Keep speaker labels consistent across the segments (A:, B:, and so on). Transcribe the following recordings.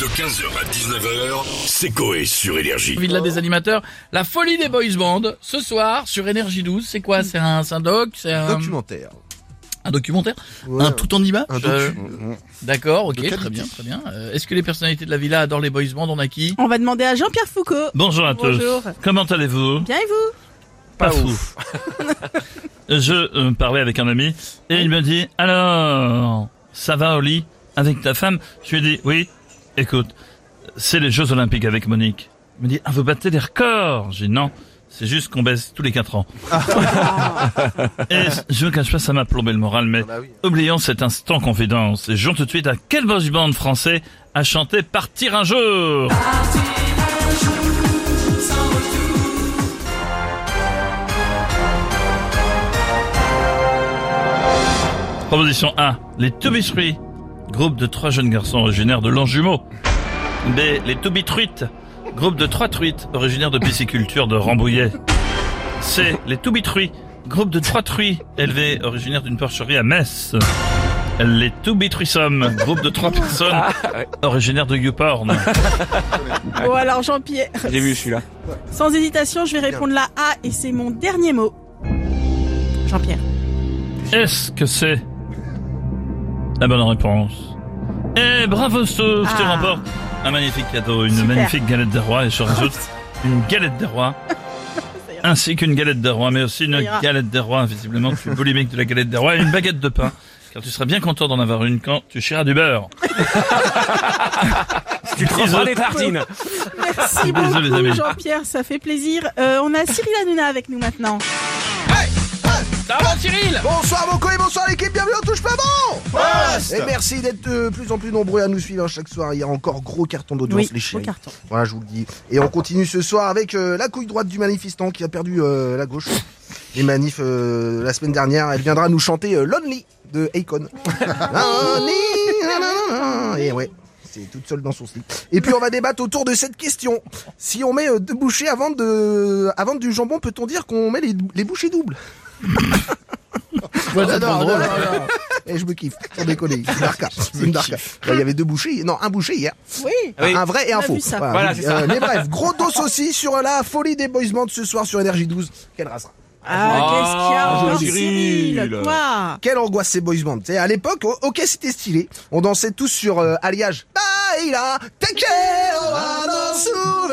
A: De 15h à 19h, c'est Coé sur Énergie.
B: Villa des animateurs, la folie des boys band, ce soir sur Énergie 12, c'est quoi C'est un, c'est un doc C'est
C: Euh,
B: un,
C: Documentaire.
B: un documentaire
C: Ouais,
B: Un tout en image
C: un docu.
B: Euh, D'accord, ok,
C: De
B: très
C: qualité.
B: bien, très bien. Euh, Est-ce que les personnalités de la villa adorent les boys band On a qui
D: On va demander à Jean-Pierre Foucault.
E: Bonjour à
D: Bonjour.
E: tous. Comment allez-vous
D: Bien et vous
E: Pas, fou. Je euh, parlais avec un ami et il me dit alors ça va au lit avec ta femme Je lui ai dit oui. Écoute, c'est les Jeux Olympiques avec Monique. Il me dit ah vous battez des records. J'ai dit non. C'est juste qu'on baisse tous les quatre ans. et je ne cache pas, ça m'a plombé le moral, mais
C: Ah bah oui.
E: oublions cet instant confidence. Et jouons tout de suite à quel boss band français a chanté Partir un jour Proposition A, les To Be Three, groupe de trois jeunes garçons originaires de Langjumeau. B, les To Be Truites, groupe de trois truites originaires de pisciculture de Rambouillet. C, les To Be Truies, groupe de trois truies élevés originaires d'une porcherie à Metz. Les To Be Threesome, groupe de trois personnes originaires de Youporn.
C: Ah,
D: Bon Oh, alors Jean-Pierre,
F: J'ai vu celui-là.
D: sans hésitation, je vais répondre la A et c'est mon dernier mot. Jean-Pierre.
E: Est-ce que c'est la bonne réponse Eh, bravo Stouff, tu
D: Ah.
E: remportes un magnifique cadeau, une
D: Super.
E: magnifique galette des rois, et je rajoute une galette des rois,
D: ira.
E: ainsi qu'une galette des rois, mais aussi une
D: ira.
E: galette des rois, visiblement tu es boulimique de la galette des rois, et une baguette de pain, car tu seras bien content d'en avoir une quand tu chieras du beurre.
F: Tu te reprends des tartines.
D: Merci
E: Désolé, les
D: beaucoup
E: amis.
D: Jean-Pierre, ça fait plaisir. Euh, on a Cyril Hanouna avec nous maintenant.
B: Ça va Cyril
C: Bonsoir mon co et bonsoir l'équipe, bienvenue on touche pas bon Et merci d'être de plus en plus nombreux à nous suivre hein, chaque soir. Il y a encore gros carton d'audience
D: Oui,
C: les
D: au
C: chéris.
D: carton.
C: Voilà, je vous le dis. Et on continue ce soir avec euh, la couille droite du manifestant qui a perdu euh, la gauche. Les manifs euh, la semaine dernière, elle viendra nous chanter euh, Lonely de Akon. Lonely, nanana. et ouais. C'est toute seule dans son slip. Et puis on va débattre autour de cette question. Si on met euh, deux bouchées avant de, avant du jambon, peut-on dire qu'on met les, les bouchées doubles
B: Ouais, c'est trop
C: J'adore,
B: drôle.
C: j'adore, j'adore. Eh, je me kiffe, sans déconner. C'est une darka. C'est une darka. Là, Il y avait deux bouchées, non, un boucher hier.
D: Oui.
F: Ah Oui.
C: Un vrai et un
D: On a
C: faux.
D: vu ça.
F: Voilà, c'est ça.
C: Euh, mais bref, gros dos aussi sur la folie des boys band ce soir sur Énergie 12. Quelle race
D: Ah, qu'est-ce qu'il y a
F: Ah,
D: encore
F: Cyril.
D: Cyril Quoi
C: Quelle angoisse ces boys band. Tu sais, à l'époque, o- ok, c'était stylé. On dansait tous sur euh, Alliage. Baila, take care, on va dans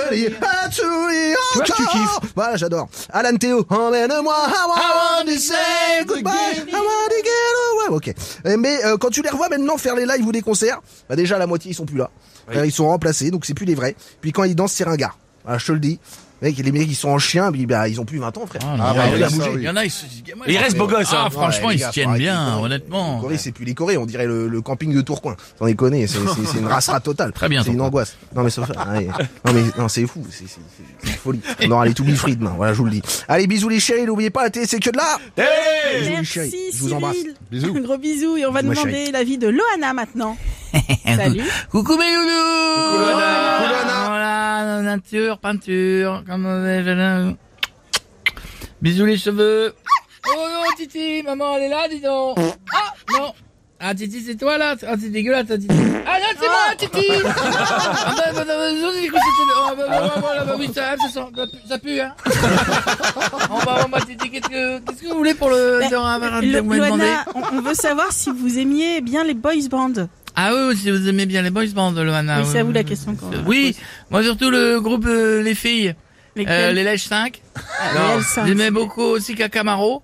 C: souvenir, à tous les
F: vois, tu
C: encore.
F: kiffes.
C: Voilà, j'adore. Alan Théo, emmène-moi, I want to say goodbye, I want to get away. Ok. Eh, Mais euh, quand tu les revois maintenant faire les lives ou des concerts, bah déjà la moitié ils sont plus là. Euh, Ils sont remplacés, donc c'est plus les vrais. Puis quand ils dansent, c'est ringard. Voilà, je te le dis. Mec, les mecs ils sont en chien, puis, bah, ils ont plus 20 ans frère.
B: Ah, non,
C: bah,
B: il y en
C: il a
B: a-
C: bougé.
B: Il y en a, ils se disent, gamin,
F: Il
B: ils-
F: reste beau gosse,
B: Ah,
F: hein.
B: franchement,
C: Ouais,
B: ils
C: les
B: se
C: gars,
B: tiennent
C: faut
B: bien,
C: arrêter, Les
B: honnêtement.
C: Corées, c'est plus les Corées, on dirait le, le camping de Tourcoing. T'en déconnes, c'est c'est- c'est une race ratotale.
B: Très bien,
C: C'est une
B: Tourcoing.
C: angoisse. Non, mais, ça- ouais. non, mais non, c'est fou, c'est c'est- c'est une folie. On aura les tout free demain, voilà, je vous le dis. Allez, bisous les chéris, n'oubliez pas, la télé, c'est que de là Bisous, les chéris.
D: Merci
C: Eh, Je vous embrasse.
D: Cyril. Un gros bisou et on va
C: Bisous, ma
D: demander l'avis de Loana maintenant. Salut.
B: Coucou mes loulous Voilà, nature, peinture, comme on est, je- Bisous les cheveux
D: Ah.
B: Oh non, Titi, maman elle est là, dis donc Ah, non Ah Titi, c'est toi là Ah, c'est dégueulasse, toi, Titi Ah non, c'est moi, Titi Ah bah, bah, bah, bah, je- je- je- je- oh, bah, bah, bah, bah, bah, oui, ça, ça sent- ça pue- ça pue, hein Oh bah, oh, bah, Titi, qu'est-ce que, qu'est-ce que vous voulez pour le...
D: Mais,
B: dans un- dans un-
D: Lo-
B: Ah, vous m'avez demandé
D: Bah, Loana, on, on veut savoir si vous aimiez bien les boys band.
B: Ah oui, oui, si vous aimez bien les boys band, Loana.
D: oui, c'est à vous la question. qu'on-
B: Ah Euh, Oui, moi surtout le groupe euh, Les Filles, euh,
D: Lesquels
B: les Lèches 5.
D: Ah, les L5.
B: J'aimais beaucoup aussi Cacamaro.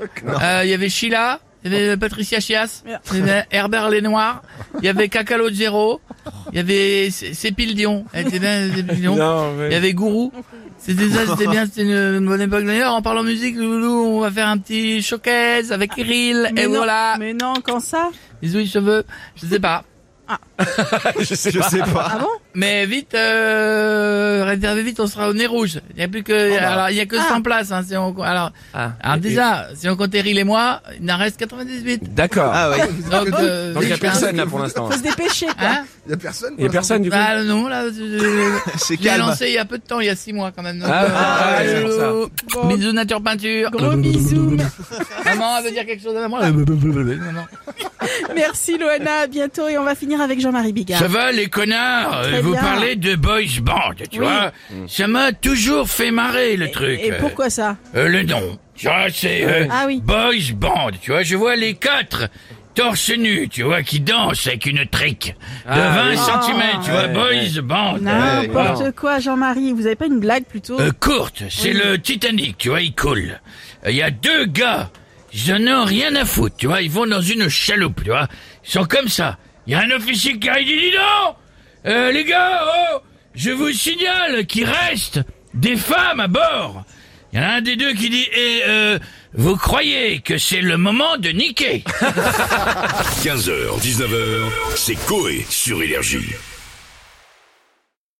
B: Euh, Il y avait Sheila, il y
D: Oh.
B: avait Patricia Chias,
D: Merde.
B: il y avait Herbert Lenoir, il y avait Cacalogero, il y avait C- Cépile Dion. Elle était bien, Cépile Dion.
F: Non,
B: Il y
F: mais...
B: avait Gourou. C'était ça, c'était bien, c'était une, une bonne époque. D'ailleurs, en parlant musique, Loulou, on va faire un petit showcase avec Kirill,
D: Mais
B: et
D: non,
B: voilà.
D: Mais non, quand ça
B: Bisous les cheveux, je sais pas.
F: Je sais pas.
D: Ah bon
B: Mais vite, euh, réservez vite, on sera au nez rouge. Il n'y a plus que,
F: bah
B: alors, il y a que
D: Ah.
B: 100 places, hein, si on, alors,
F: Ah.
B: alors déjà, si on compte Eril et moi, il n'en reste 98.
F: D'accord.
B: Donc, euh,
F: Donc il y a
B: vite, hein.
F: personne là pour l'instant.
D: Faut se dépêcher. quoi.
B: Hein?
C: Il y a personne
F: Il y a personne du coup.
B: Bah, non, là, je- je-
C: C'est
B: je l'ai lancé il y a peu de temps, il y a 6 mois quand même. Donc,
F: Ah, ah, ouais, c'est pour ça.
B: bisous,
D: Bon.
B: Bisous, nature peinture.
D: Gros bisous.
B: Maman, elle veut dire quelque chose à maman. là. Maman.
D: Merci Loana, à bientôt et on va finir avec Jean-Marie Bigard.
E: Ça va les connards
D: Très
E: Euh, Vous
D: bien.
E: parlez de boys band, tu vois Ça m'a toujours fait marrer le truc.
D: Et pourquoi ça
E: Euh, le nom. Tu vois, c'est euh,
D: Ah oui.
E: boys band, tu vois. Je vois les quatre torse nu, tu vois, qui dansent avec une trique de
G: Ah,
E: 20
G: oui. Ah,
E: cm, tu vois, boys band. Euh,
D: N'importe quoi Jean-Marie, vous avez pas une blague plutôt
E: euh, courte, c'est le Titanic, tu vois, il coule. Euh, Il y a deux gars, ils en ont rien à foutre, tu vois, ils vont dans une chaloupe, tu vois. Ils sont comme ça. Il y a un officier qui arrive, il dit non Euh, Les gars, oh, je vous signale qu'il reste des femmes à bord. Il y en a un des deux qui dit, et euh, vous croyez que c'est le moment de niquer
A: 15h, 19h, c'est Coé sur Énergie.